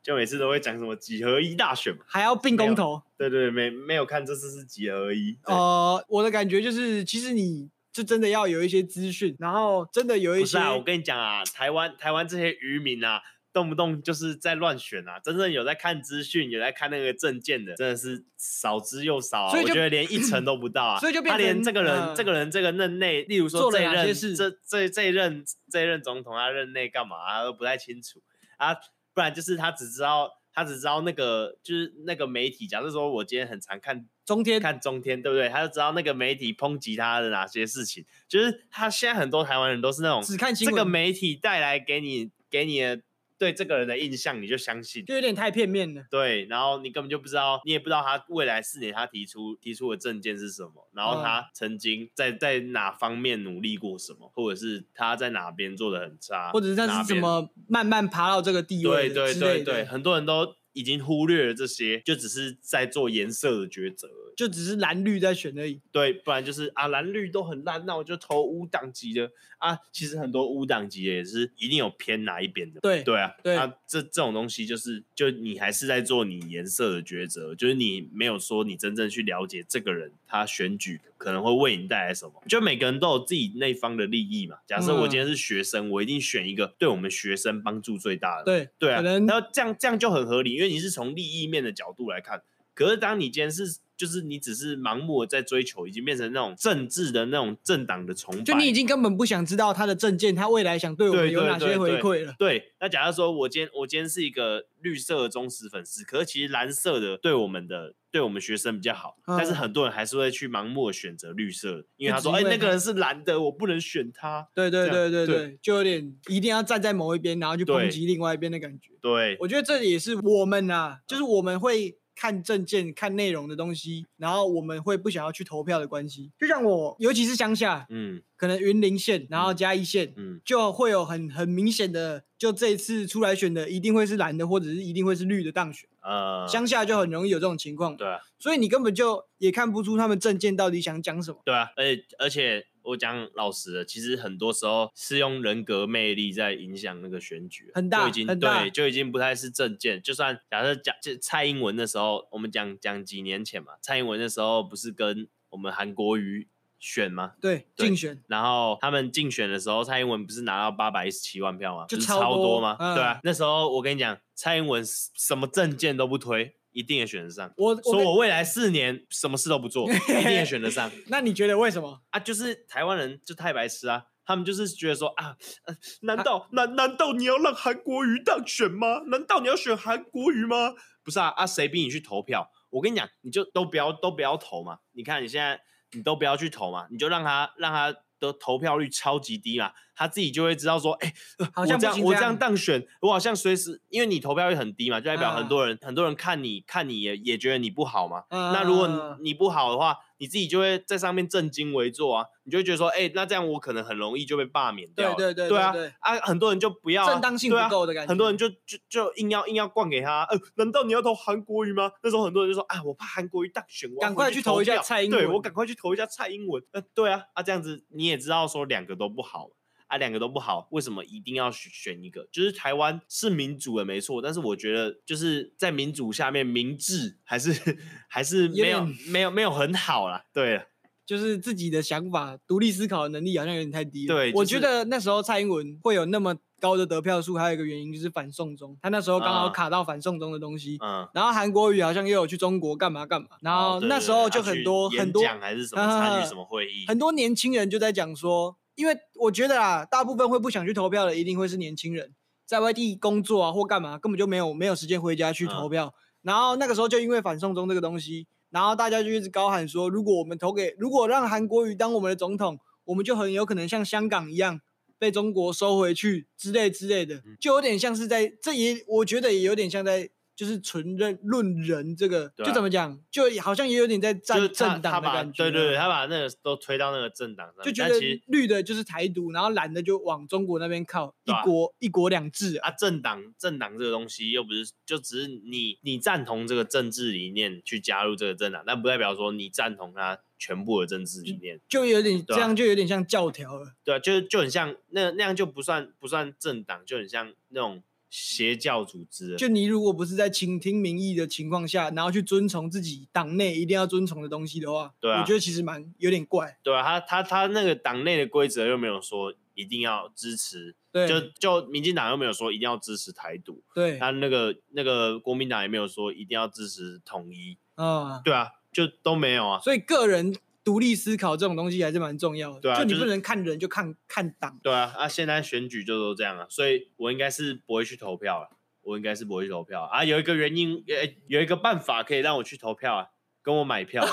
就每次都会讲什么几合一大选嘛，还要并没有公投。对对对，没没有看这次是几合一，对呃，我的感觉就是，其实你就真的要有一些资讯，然后真的有一不些是啊，我跟你讲啊，台湾台湾这些渔民啊，动不动就是在乱选啊，真正有在看资讯、有在看那个证件的，真的是少之又少、啊。所以我就觉得连一成都不到啊。所以就变他连成这个人、这嗯个人、这个任内，例如说做了这一哪任些、事这这这一任、这一任总统他任内干嘛、啊，他都不太清楚啊。不然就是他只知道。他只知道那个就是那个媒体，假设说我今天很常看中天看中天，对不对？他就知道那个媒体抨击他的哪些事情。就是他现在很多台湾人都是那种只看新这闻，个媒体带来给你给你的对这个人的印象，你就相信。就有点太片面了。对，然后你根本就不知道，你也不知道他未来四年他提出提出的证件是什么，然后嗯他曾经在在哪方面努力过什么，或者是他在哪边做的很差，或者是他啊哪是怎边么慢慢爬到这个地对位的对之对类的对，很多人都已经忽略了这些，就只是在做颜色的抉择而已。就只是蓝绿在选而已。对，不然就是啊，蓝绿都很烂，那我就投无党籍的啊。其实很多无党籍的也是一定有偏哪一边的。对对啊，对啊，这这种东西就是，就你还是在做你颜色的抉择，就是你没有说你真正去了解这个人他选举可能会为你带来什么。就每个人都有自己那方的利益嘛。假设我嗯今天是学生，我一定选一个对我们学生帮助最大的。对对啊，可能然后这样这样就很合理，因为你是从利益面的角度来看。可是当你今天是就是你只是盲目的在追求，已经变成那种政治的那种政党的崇拜，就你已经根本不想知道他的证件，他未来想对我们对有对哪对些回对馈了。对。那假如说我今天我今天是一个绿色的忠实粉丝，可是其实蓝色的对我们的对我们学生比较好，但是嗯很多人还是会去盲目的选择绿色的，因为就他只说因哎、为那个他人是蓝的，我不能选他。对对这对样对对对，就有点一定要站在某一边，然后去抨对击另外一边的感觉。对，我觉得这也是我们啊，就是我们会看证件、看内容的东西，然后我们会不想要去投票的关系。就像我，尤其是乡下，嗯可能云林县，然后嘉义县，嗯，就会有很很明显的，就这一次出来选的一定会是蓝的，或者是一定会是绿的当选。呃，乡下就很容易有这种情况，对啊。所以你根本就也看不出他们证件到底想讲什么。对啊，而且而且我讲老实的，其实很多时候是用人格魅力在影响那个选举了，很大就已经很大对，就已经不太是政见。就算假设讲就蔡英文的时候，我们讲讲几年前嘛，蔡英文的时候不是跟我们韩国瑜选吗？对，对竞选然后他们竞选的时候，蔡英文不是拿到八百一十七万票吗？就不是超超多吗？嗯对啊，那时候我跟你讲，蔡英文什么政见都不推，一定也选得上。我我说跟我未来四年什么事都不做， 一定也选得上。那你觉得为什么？啊，就是台湾人就太白痴啊，他们就是觉得说啊，呃难道难难道你要让韩国瑜当选吗？难道你要选韩国瑜吗？不是啊啊，谁逼你去投票？我跟你讲，你就都不要都不要投嘛。你看你现在你都不要去投嘛，你就让他让他的投票率超级低嘛，他自己就会知道说，哎、呃好像我不这样行我这这样样当选，我好像随时因为你投票率很低嘛，就代表啊很多人、很多人看你看你也也觉得你不好嘛。那那如果你你不好的话，你自己就会在上面正襟危坐啊，你就会觉得说，哎、那这样我可能很容易就被罢免掉对了。对对对啊对，啊，很多人就不要、啊，正当性不对啊够的感觉，很多人就就就硬要硬要灌给他，呃，难道你要投韩国瑜吗？那时候很多人就说啊，我怕韩国瑜当选，我要赶快回去去投一下票蔡英对文我赶快去投一下蔡英文。呃，对啊，啊这样子你也知道说两个都不好啊，两个都不好，为什么一定要选选一个？就是台湾是民主的没错，但是我觉得就是在民主下面，明治还是 还是有没有点没有没有很好啦。对了，就是自己的想法、独立思考的能力好像有点太低了。对我就觉是得那时候蔡英文会有那么高的得票数，还有一个原因就是反送中，他那时候刚好啊卡到反送中的东西。嗯，然后韩国瑜好像又有去中国干嘛干嘛，然哦后对那对时对候啊就很去多演很多讲还是什 么参与什么会议，很多年轻人就在讲说，因为我觉得啊，大部分会不想去投票的，一定会是年轻人，在外地工作啊或干嘛，根本就没有没有时间回家去投嗯票。然后那个时候就因为反送中这个东西，然后大家就一直高喊说，如果我们投给，如果让韩国瑜当我们的总统，我们就很有可能像香港一样。被中国收回去之类之类嗯的，就有点像是在这也，我觉得也有点像在就是纯论论人这个，对就啊怎么讲，就好像也有点在就是他站政他党的把感觉对啊。对对，他把那个都推到那个政党上面，就觉但得其实绿的就是台独，然后蓝的就往中国那边靠，一对啊国一国两制啊。啊，政党政党这个东西又不是，就只是你你赞同这个政治理念去加入这个政党，但不代表说你赞同他全部的政治嗯理念。就有点对这啊样，就有点像教条了。对啊，就就很像那那样就不算不算政党，就很像那种邪教组织了。就你如果不是在倾听民意的情况下，然后去遵从自己党内一定要遵从的东西的话，对啊我觉得其实蛮有点怪。对啊，他他他那个党内的规则又没有说一定要支持，对，就啊就民进党又没有说一定要支持台独，对他那个那个国民党也没有说一定要支持统一，啊，对啊，就都没有啊。所以个人独立思考这种东西还是蛮重要的。对啊就你就是不能看人就看看 党。对啊，啊，现在选举就都这样啊，所以我应该是不会去投票了，我应该是不会去投票啊。啊有一个原因，呃，有一个办法可以让我去投票啊，跟我买 票，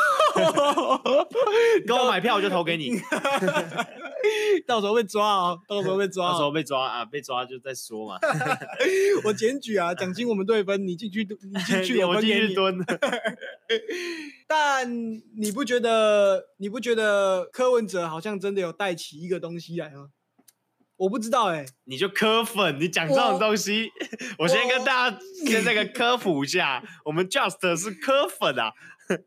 跟我买票我就投给你。到时候被抓哦，到时候被抓到时哦。候被抓啊，被抓就再说嘛。 我检举啊，奖金我们对分，你进去，你 进去，我分进给去你 蹲。但你不觉得你不觉得柯文哲好像真的有带起一个东西来吗？我不知道哎、你就磕粉，你讲这种我东 西，我先我跟大家先那个科普一下，我们 Just 是磕粉啊，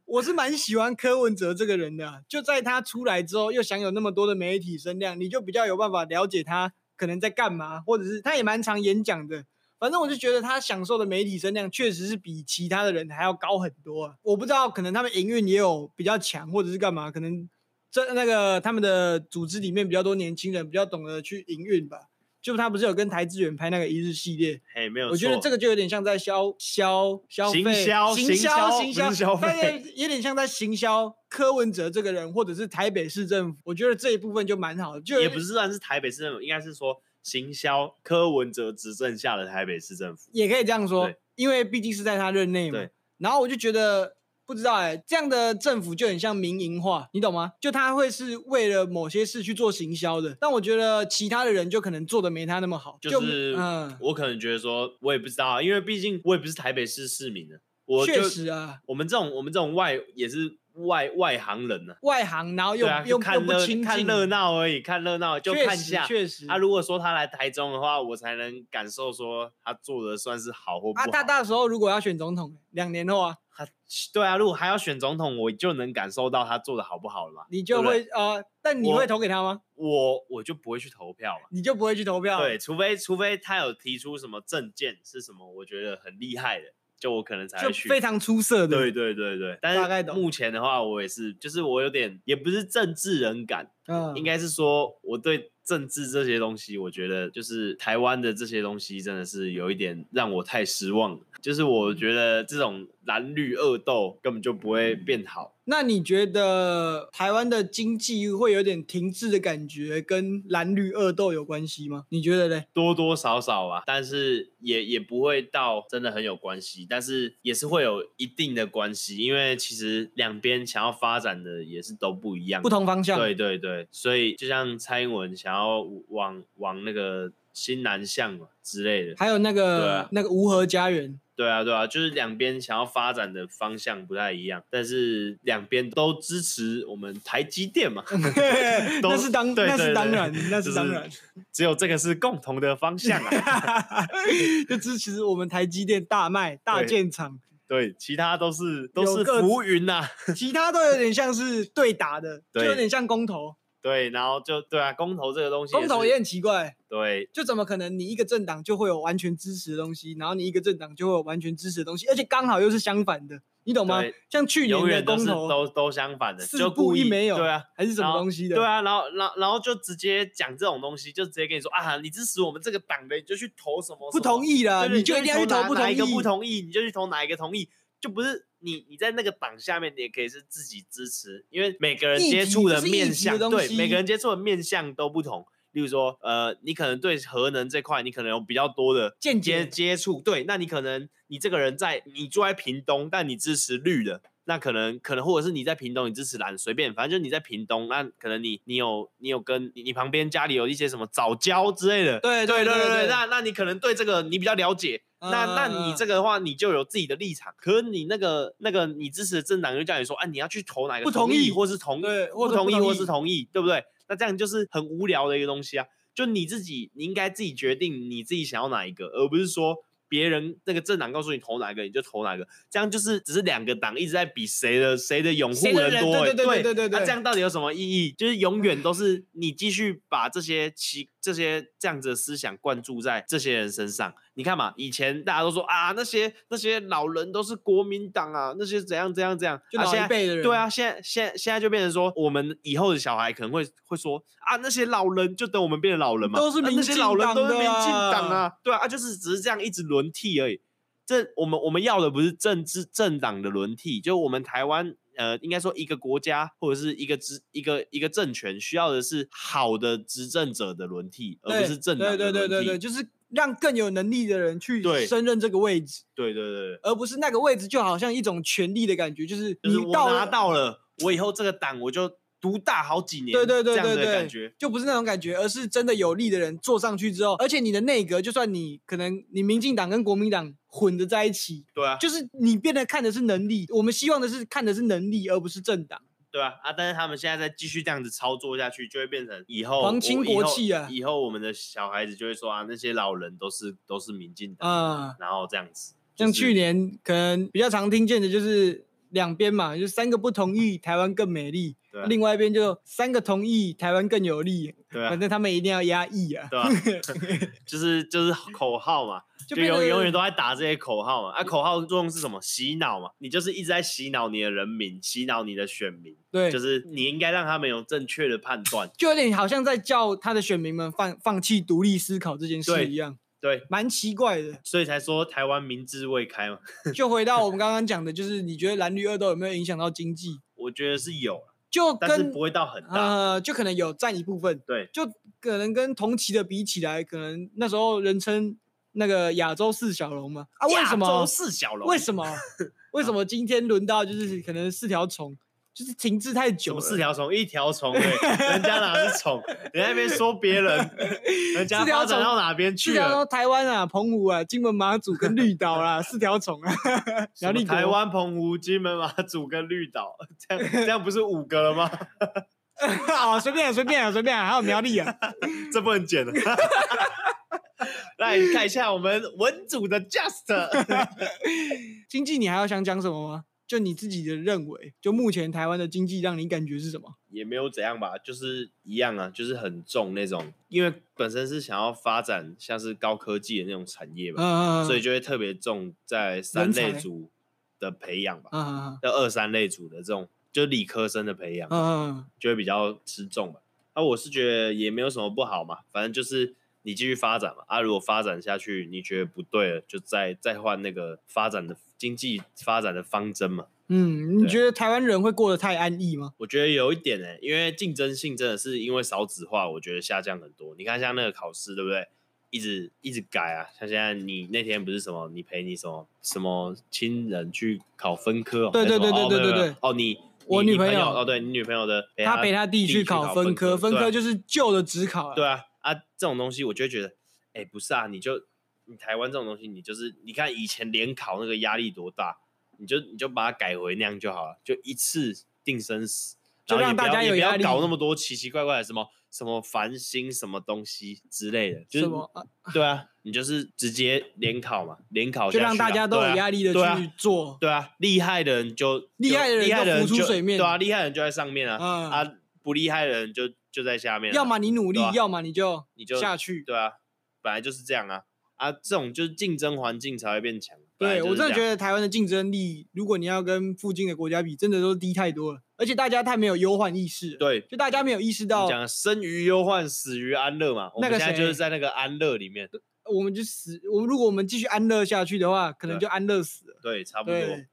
我是蛮喜欢柯文哲这个人的啊、就在他出来之后，又享有那么多的媒体声量，你就比较有办法了解他可能在干嘛，或者是他也蛮常演讲的。反正我就觉得他享受的媒体声量确实是比其他的人还要高很多啊。我不知道，可能他们营运也有比较强，或者是干嘛，可能这那个他们的组织里面比较多年轻人，比较懂得去营运吧。就他不是有跟台志远拍那个一日系列，嘿，没有错。我觉得这个就有点像在消消消费行销行销行行销不是消费但也有点像在行销柯文哲这个人，或者是台北市政府。我觉得这一部分就蛮好的，就有也不是算是台北市政府，应该是说行销柯文哲执政下的台北市政府。也可以这样说对，因为毕竟是在他任内嘛对。然后我就觉得不知道哎、这样的政府就很像民营化，你懂吗？就他会是为了某些事去做行销的，但我觉得其他的人就可能做的没他那么好，就就是嗯，我可能觉得说，我也不知道啊，因为毕竟我也不是台北市市民呢。我确就实啊，我们这种我们这种外也是外外行人呢、外行，然后又、对啊，哦又又看不热亲近，看热闹而已，看热闹就确看一实下。确实啊，如果说他来台中的话，我才能感受说他做的算是好或不啊，好。他到时候如果要选总统，两年后啊，他对啊，如果还要选总统，我就能感受到他做的好不好了嘛。你就对不会对呃，但你会我投给他吗？我我就不会去投票嘛。你就不会去投票？啊对，，除非除非他有提出什么证件是什么，我觉得很厉害的，就我可能才就会去。非常出色 的。对对对对，大概但是懂目前的话，我也是，就是我有点也不是政治人感，嗯，应该是说我对政治这些东西，我觉得就是台湾的这些东西真的是有一点让我太失望了。就是我觉得这种蓝绿恶斗根本就不会嗯变好。那你觉得台湾的经济会有点停滞的感觉，跟蓝绿恶斗有关系吗？你觉得嘞？多多少少啊，但是也也不会到真的很有关系，但是也是会有一定的关系，因为其实两边想要发展的也是都不一样，不同方向，对对对，所以就像蔡英文想要往往那个新南向嘛之类的，还有那对个、啊那个无核家园，对啊对啊，就是两边想要发展的方向不太一样，但是两边都支持我们台积电嘛， 嗯都 那是当对那对是当对然，那就是当然， 只有这个是共同的方向啊，就支持我们台积电大卖大对建厂，对，其他都是都有是各自浮云啊呐、其他都有点像是对打的，就对有点像公投，对，然后就对啊，公投这个东西也公是，投也很奇怪。对就怎么可能你一个政党就会有完全支持的东西，然后你一个政党就会有完全支持的东西，而且刚好又是相反的，你懂吗对？像去永年的远都公是投都都相反的，四就不故一意没有对啊，还是什然么后东西的，对啊，然后然后然后就直接讲这种东西，就直接跟你说啊，你支持我们这个党的，你就去投什么不同意，意啦，对对你就一定要去投哪不哪一同意，个不同意，你就去投哪一个同意，就不是你你在那个党下面，你也可以是自己支持，因为每个人议接题触这的是议面题的向，东对西每个人接触的面向都不同。例如说，呃，你可能对核能这块，你可能有比较多的间接接接触，对，那你可能你这个人在你住在屏东，但你支持绿的，那可能可能或者是你在屏东你支持蓝，随便，反正就是你在屏东，那可能你你有你有跟你你旁边家里有一些什么早教之类的，对对对对对嗯那那你可能对这个你比较了解，那那你这个个的话你就有自己的立场，可是你那个那个你支持的政党就叫你说啊，你要去投哪个不同意意，或是同意，对或不者不同意同或意是同意，对不对？那这样就是很无聊的一个东西啊。就你自己，你应该自己决定你自己想要哪一个，而不是说别人那个政党告诉你投哪个你就投哪个，这样就是只是两个党一直在比谁的谁的拥护谁的人多、对欸，对对对对对那、这样到底有什么意义？就是永远都是你继续把这些奇这些这样子的思想灌注在这些人身上。你看嘛，以前大家都说啊，那些那些老人都是国民党啊，那些怎样怎样怎样，就啊老现一在辈的人，对啊，，现在现在现在就变成说，我们以后的小孩可能会会说啊，那些老人就等我们变成老人嘛，都是啊民那些进老人党都是的民进党啊啊，对啊，啊就是只是这样一直轮替而已。这我们我们要的不是政治政党的轮替，就我们台湾呃，应该说一个国家或者是一个执一个一个政权需要的是好的执政者的轮替，而对不是政党对的对轮替。对对对，就是让更有能力的人去对胜任这个位置，对对对对而不是那个位置就好像一种权力的感觉，就是就是你我到拿了。到了，我以后这个党我就独大好几年，对对对这样对子的对，感觉。就不是那种感觉，而是真的有力的人坐上去之后，而且你的内阁，就算你可能你民进党跟国民党混着在一起，对啊，就是你变得看的是能力，我们希望的是看的是能力，而不是政党。对啊，啊，但是他们现在再继续这样子操作下去，就会变成以后皇我亲以国后戚啊以后我们的小孩子就会说啊，那些老人都是都是民进党，啊、然后这样子。像就是去年可能比较常听见的就是两边嘛，就三个不同意，台湾更美丽；对啊另外一边就三个同意，台湾更有利。对啊反，正他们一定要压抑啊，对啊， 就是就是口号嘛，就就变永得嗯永远都在打这些口号嘛。啊，口号作用是什么？洗脑嘛，你就是一直在洗脑你的人民，洗脑你的选民，对，嗯就是你应该让他们有正确的判断。就有点好像在叫他的选民们放放弃独立思考这件事对一样，对，蛮奇怪的。所以才说台湾民智未开嘛。 就回到我们刚刚讲的，就是你觉得蓝绿二斗有没有影响到经济？我觉得是有啊，就但是跟不会到很大。呃，就可能有占一部分，对，就可能跟同期的比起来，可能那时候人称那个亚洲四小龙嘛。啊，为亚什么洲？四小龙，为什么？为什么今天轮到就是可能四条虫，就是停滞太久什么了？四条虫？一条虫 哎、人家哪是虫？你在那边说别 人，人家四条发展虫到哪边四去条了虫？，台湾啊，澎湖啊，金门、马祖跟绿岛啦， 四条 虫啊，什苗栗么国台湾、澎湖、金门、马祖跟绿岛， 这样这样不是五个了吗？ 啊，随便啊随便啊随便啊，还有苗栗啊，这不能剪 了。来看一下我们文组的 Just，经济你还要想讲什么吗？就你自己的认为，就目前台湾的经济让你感觉是什么？ 也没有怎样吧，就是一样啊，就是很重那种，因为本身是想要发展像是高科技的那种产业吧，嗯，所以就会特别重在三人才类组的培养吧。嗯嗯的二三类组的这种，就理科生的培养、嗯嗯，就会比较吃重吧。啊，我是觉得也没有什么不好嘛，反正就是你继续发展嘛。啊，如果发展下去你觉得不对了，就再再换那个发展的经济发展的方针嘛。嗯，你对觉得台湾人会过得太安逸吗？我觉得有一点呢、欸因为竞争性真的是因为少子化，我觉得下降很多。你看像那个考试，对不对？一直一直改啊，像现在你那天不是什么，你陪你什么什么亲人去考分科、哦，对对还是什么对对哦对没有对没有哦，你我你女你朋朋友哦，对你女朋友的，他陪他弟弟去考考分科，分对啊科就是旧的职考了。对啊，啊，这种东西我就会觉得，哎、不是啊，你就你台湾这种东西，你就是你看以前联考那个压力多大，你就你就把它改回那样就好了，就一次定生死，就然后让也不大要家也有不压要力搞那么多奇奇怪怪的什么什么繁星什么东西之类的，就是什么？啊对啊，你就是直接联考嘛，联考就下让去大啊家都对有啊压力的对啊去做。对啊，厉害的人就厉就害的人厉害就的人浮出就水面对啊，厉害的人就在上面啊，嗯，啊，不厉害的人就就在下面啊、要么你努力对啊，要么你就你就下去。对啊，本来就是这样啊啊，这种就是竞争环境才会变强。本来对就我是真的这觉样得台湾的竞争力，如果你要跟附近的国家比，真的都低太多了。而且大家太没有忧患意识了，对，就大家没有意识我到们，讲生于忧患，死于安乐嘛。我那们个现在就是谁在那个安乐里面，我们就死。我们如果我们继续安乐下去的话，可能对就安乐死了。对，差不多对。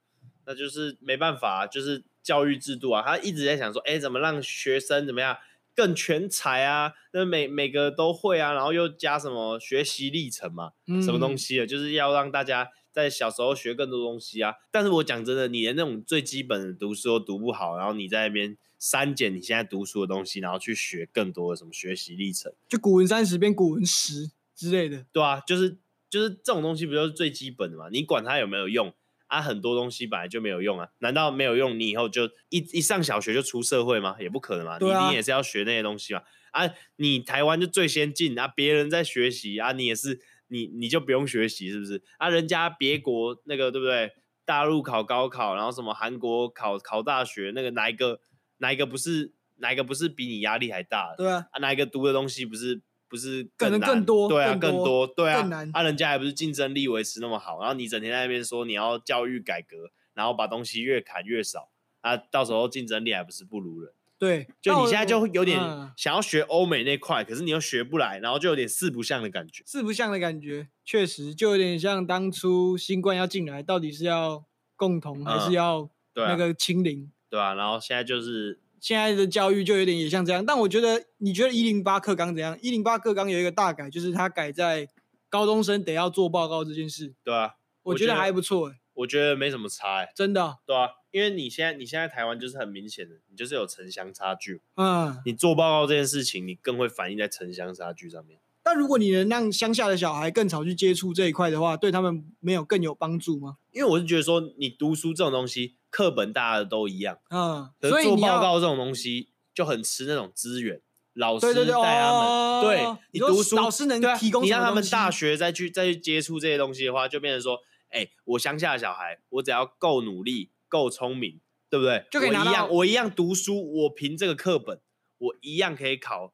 那就是没办法、啊，就是教育制度啊，他一直在想说，哎，怎么让学生怎么样更全才啊？那每每个都会啊，然后又加什么学习历程嘛，什么东西？西的，啊就是要让大家在小时候学更多东西啊。但是我讲真的，你连那种最基本的读书都读不好，然后你在那边删减你现在读书的东西，然后去学更多的什么学习历程，就古文三十变古文十之类的。对啊，就是就是这种东西不就是最基本的嘛？你管它有没有用啊？很多东西本来就没有用啊，难道没有用你以后就一一上小学就出社会吗？也不可能嘛，你对一啊定也是要学那些东西嘛。啊，你台湾就最先进啊，别人在学习啊，你也是你你就不用学习是不是？啊，人家别国那个对不对？大陆考高考，然后什么韩国考考大学，那个哪一个哪一个不是哪一个不是比你压力还大的？对啊，啊，哪一个读的东西不是不是可能难更多对啊，更更多多，对啊，更难啊，人家还不是竞争力维持那么好，然后你整天在那边说你要教育改革，然后把东西越砍越少，啊，到时候竞争力还不是不如人？对，就那你我现在就会有点嗯想要学欧美那块，可是你又学不来，然后就有点四不像的感觉。四不像的感觉，确实就有点像当初新冠要进来，到底是要共同还嗯是要对啊，那个清零？对啊，然后现在就是现在的教育就有点也像这样。但我觉得，你觉得一零八课纲怎样？一零八课纲有一个大改，就是它改在高中生得要做报告这件事，对啊，我我觉得觉得还不错、欸，我觉得没什么差、欸，真的。对啊，因为你现在你现在台湾就是很明显的，你就是有城乡差距，嗯，你做报告这件事情，你更会反映在城乡差距上面。但如果你能让乡下的小孩更早去接触这一块的话，对他们没有更有帮助吗？因为我是觉得说，你读书这种东西，课本大家都一样，嗯，可所是以做你报要告这种东西就很吃那种资源，老对师对对带他哦们，对你你说读书，老师能对啊提供你什么让他东们大西学再去再去接触这些东西的话，就变成说，哎，我乡下的小孩，我只要够努力、够聪明，对不对？就可以我拿一到样，我一样读书，我凭这个课本，我一样可以考，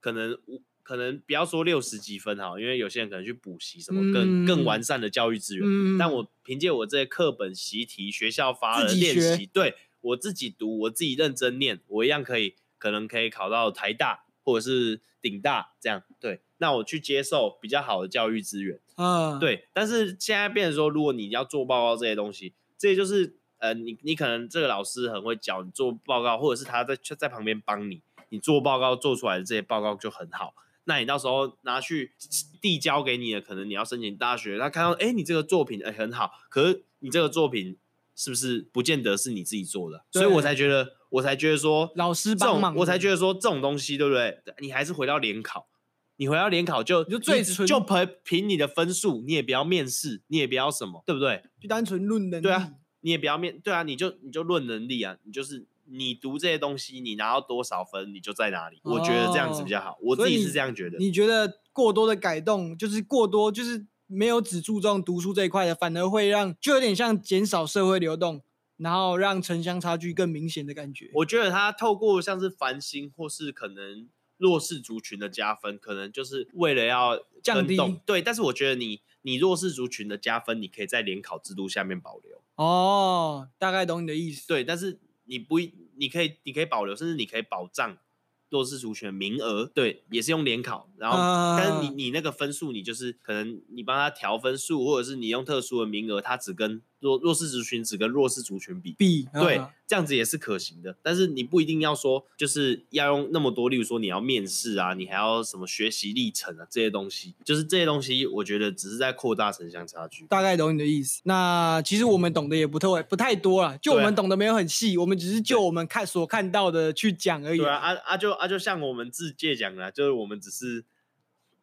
可能五。可能不要说六十几分哈，因为有些人可能去补习什么更、嗯更完善的教育资源，嗯，但我凭借我这些课本习题、学校发自的己练学习，对我自己读，我自己认真念，我一样可以，可能可以考到台大或者是顶大这样。对，那我去接受比较好的教育资源。嗯，对，但是现在变成说，如果你要做报告这些东西，这也就是呃，你你可能这个老师很会教你做报告，或者是他在就在旁边帮你，你做报告做出来的这些报告就很好。那你到时候拿去递交给你的，可能你要申请大学，他看到哎，诶你这个作品哎很好，可是你这个作品是不是不见得是你自己做的？所以我对才觉得，我才觉得说，老师这帮种忙，我才觉得说这种东西，对不对？你还是回到联考，你回到联考就你就最只纯就凭凭你的分数，你也不要面试，你也不要什么，对不对？就单纯论能力，对啊，你也不要面对啊，你就你就论能力啊，你就是你读这些东西，你拿到多少分，你就在哪里。我觉得这样子比较好，我哦所自以己是你这样觉得。你觉得过多的改动，就是过多，就是没有只注重读书这一块的，反而会让就有点像减少社会流动，然后让城乡差距更明显的感觉。我觉得他透过像是繁星或是可能弱势族群的加分，可能就是为了要降跟动低对，但是我觉得你你弱势族群的加分，你可以在联考制度下面保留。哦，大概懂你的意思。对，但是你不一，你可以，你可以保留，甚至你可以保障弱势族群的名额，对，也是用联考，然后、啊但是你你那个分数，你就是可能你帮他调分数，或者是你用特殊的名额，他只跟弱弱势族群只跟弱势族群比， B 对啊，这样子也是可行的。但是你不一定要说，就是要用那么多，例如说你要面试啊，你还要什么学习历程啊这些东西，就是这些东西，我觉得只是在扩大城乡差距。大概懂你的意思。那其实我们懂得也不特不太多啦，就我对啊们懂得没有很细，我们只是就我们看所看到的去讲而已对。啊，啊啊就啊就像我们自介讲的啊，就是我们只是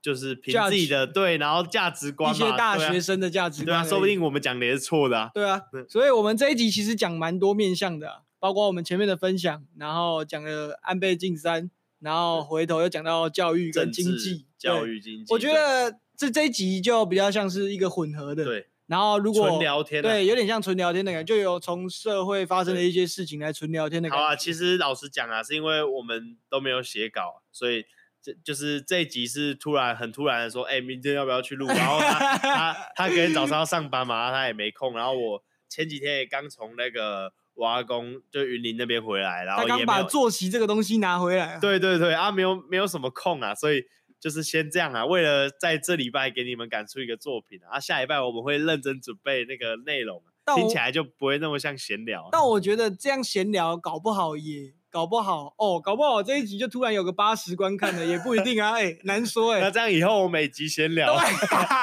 就是凭自己 Judge 的对，然后价值观一嘛，些大对啊学生的价值对观而啊，已，说不定我们讲的也是错的啊。对啊对，所以我们这一集其实讲蛮多面向的啊、包括我们前面的分享，然后讲了安倍晋三，然后回头又讲到教育跟政经治、济教。对育、经济，我觉得这这一集就比较像是一个混合的，对。对然后如果纯聊天、啊，对，有点像纯聊天的感觉，就有从社会发生的对一些事情来纯聊天的感好觉。啊，其实老实讲啊，是因为我们都没有写稿，啊所以这就是这一集是突然很突然的说，哎、明天要不要去录？然后 他他他隔天早上要上班嘛，他也没空。然后我前几天也刚从那个瓦阿公就云林那边回来，然后他也没刚把有，坐席这个东西拿回 来啊，对对对啊，没有没有什么空啊，所以。就是先这样啊，为了在这礼拜给你们赶出一个作品啊，啊下礼拜我们会认真准备那个内容啊、但听我起来就不会那么像闲聊啊、但我觉得这样闲聊，搞不好也搞不好哦，搞不好这一集就突然有个八十观看的，也不一定啊， 哎、难说哎、那这样以后我每集闲聊啊，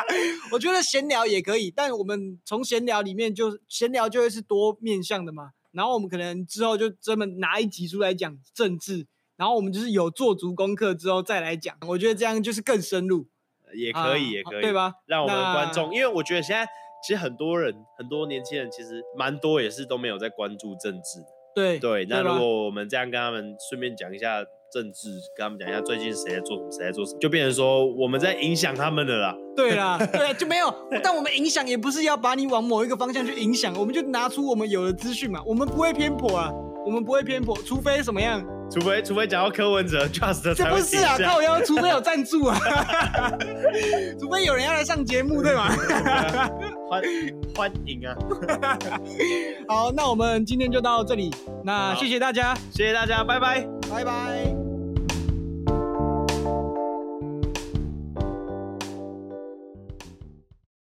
对， 我觉得闲聊也可以，但我们从闲聊里面就闲聊就会是多面向的嘛。然后我们可能之后就专门拿一集出来讲政治，然后我们就是有做足功课之后再来讲，我觉得这样就是更深入， 也也可以，也可以，啊对？吧？让我们的观众，那因为我觉得现在其实很多人，很多年轻人其实蛮多也是都没有在关注政治。对对，那如吧果我们这样跟他们顺便讲一下政治，跟他们讲一下最近谁在做什么，谁在做什么，就变成说我们在影响他们了啦。对啦，对啊就没有。但我们影响也不是要把你往某一个方向去影响，我们就拿出我们有的资讯嘛，我们不会偏颇啊，我们不会偏颇，除非什么样？除非除非讲到柯文哲、Just 这才不会是停啊，下靠腰，除非有赞助啊， 除非有人要来上节目，对吗？欢欢迎啊！好，那我们今天就到这里，好那谢谢大家，谢谢大家，拜拜。拜拜。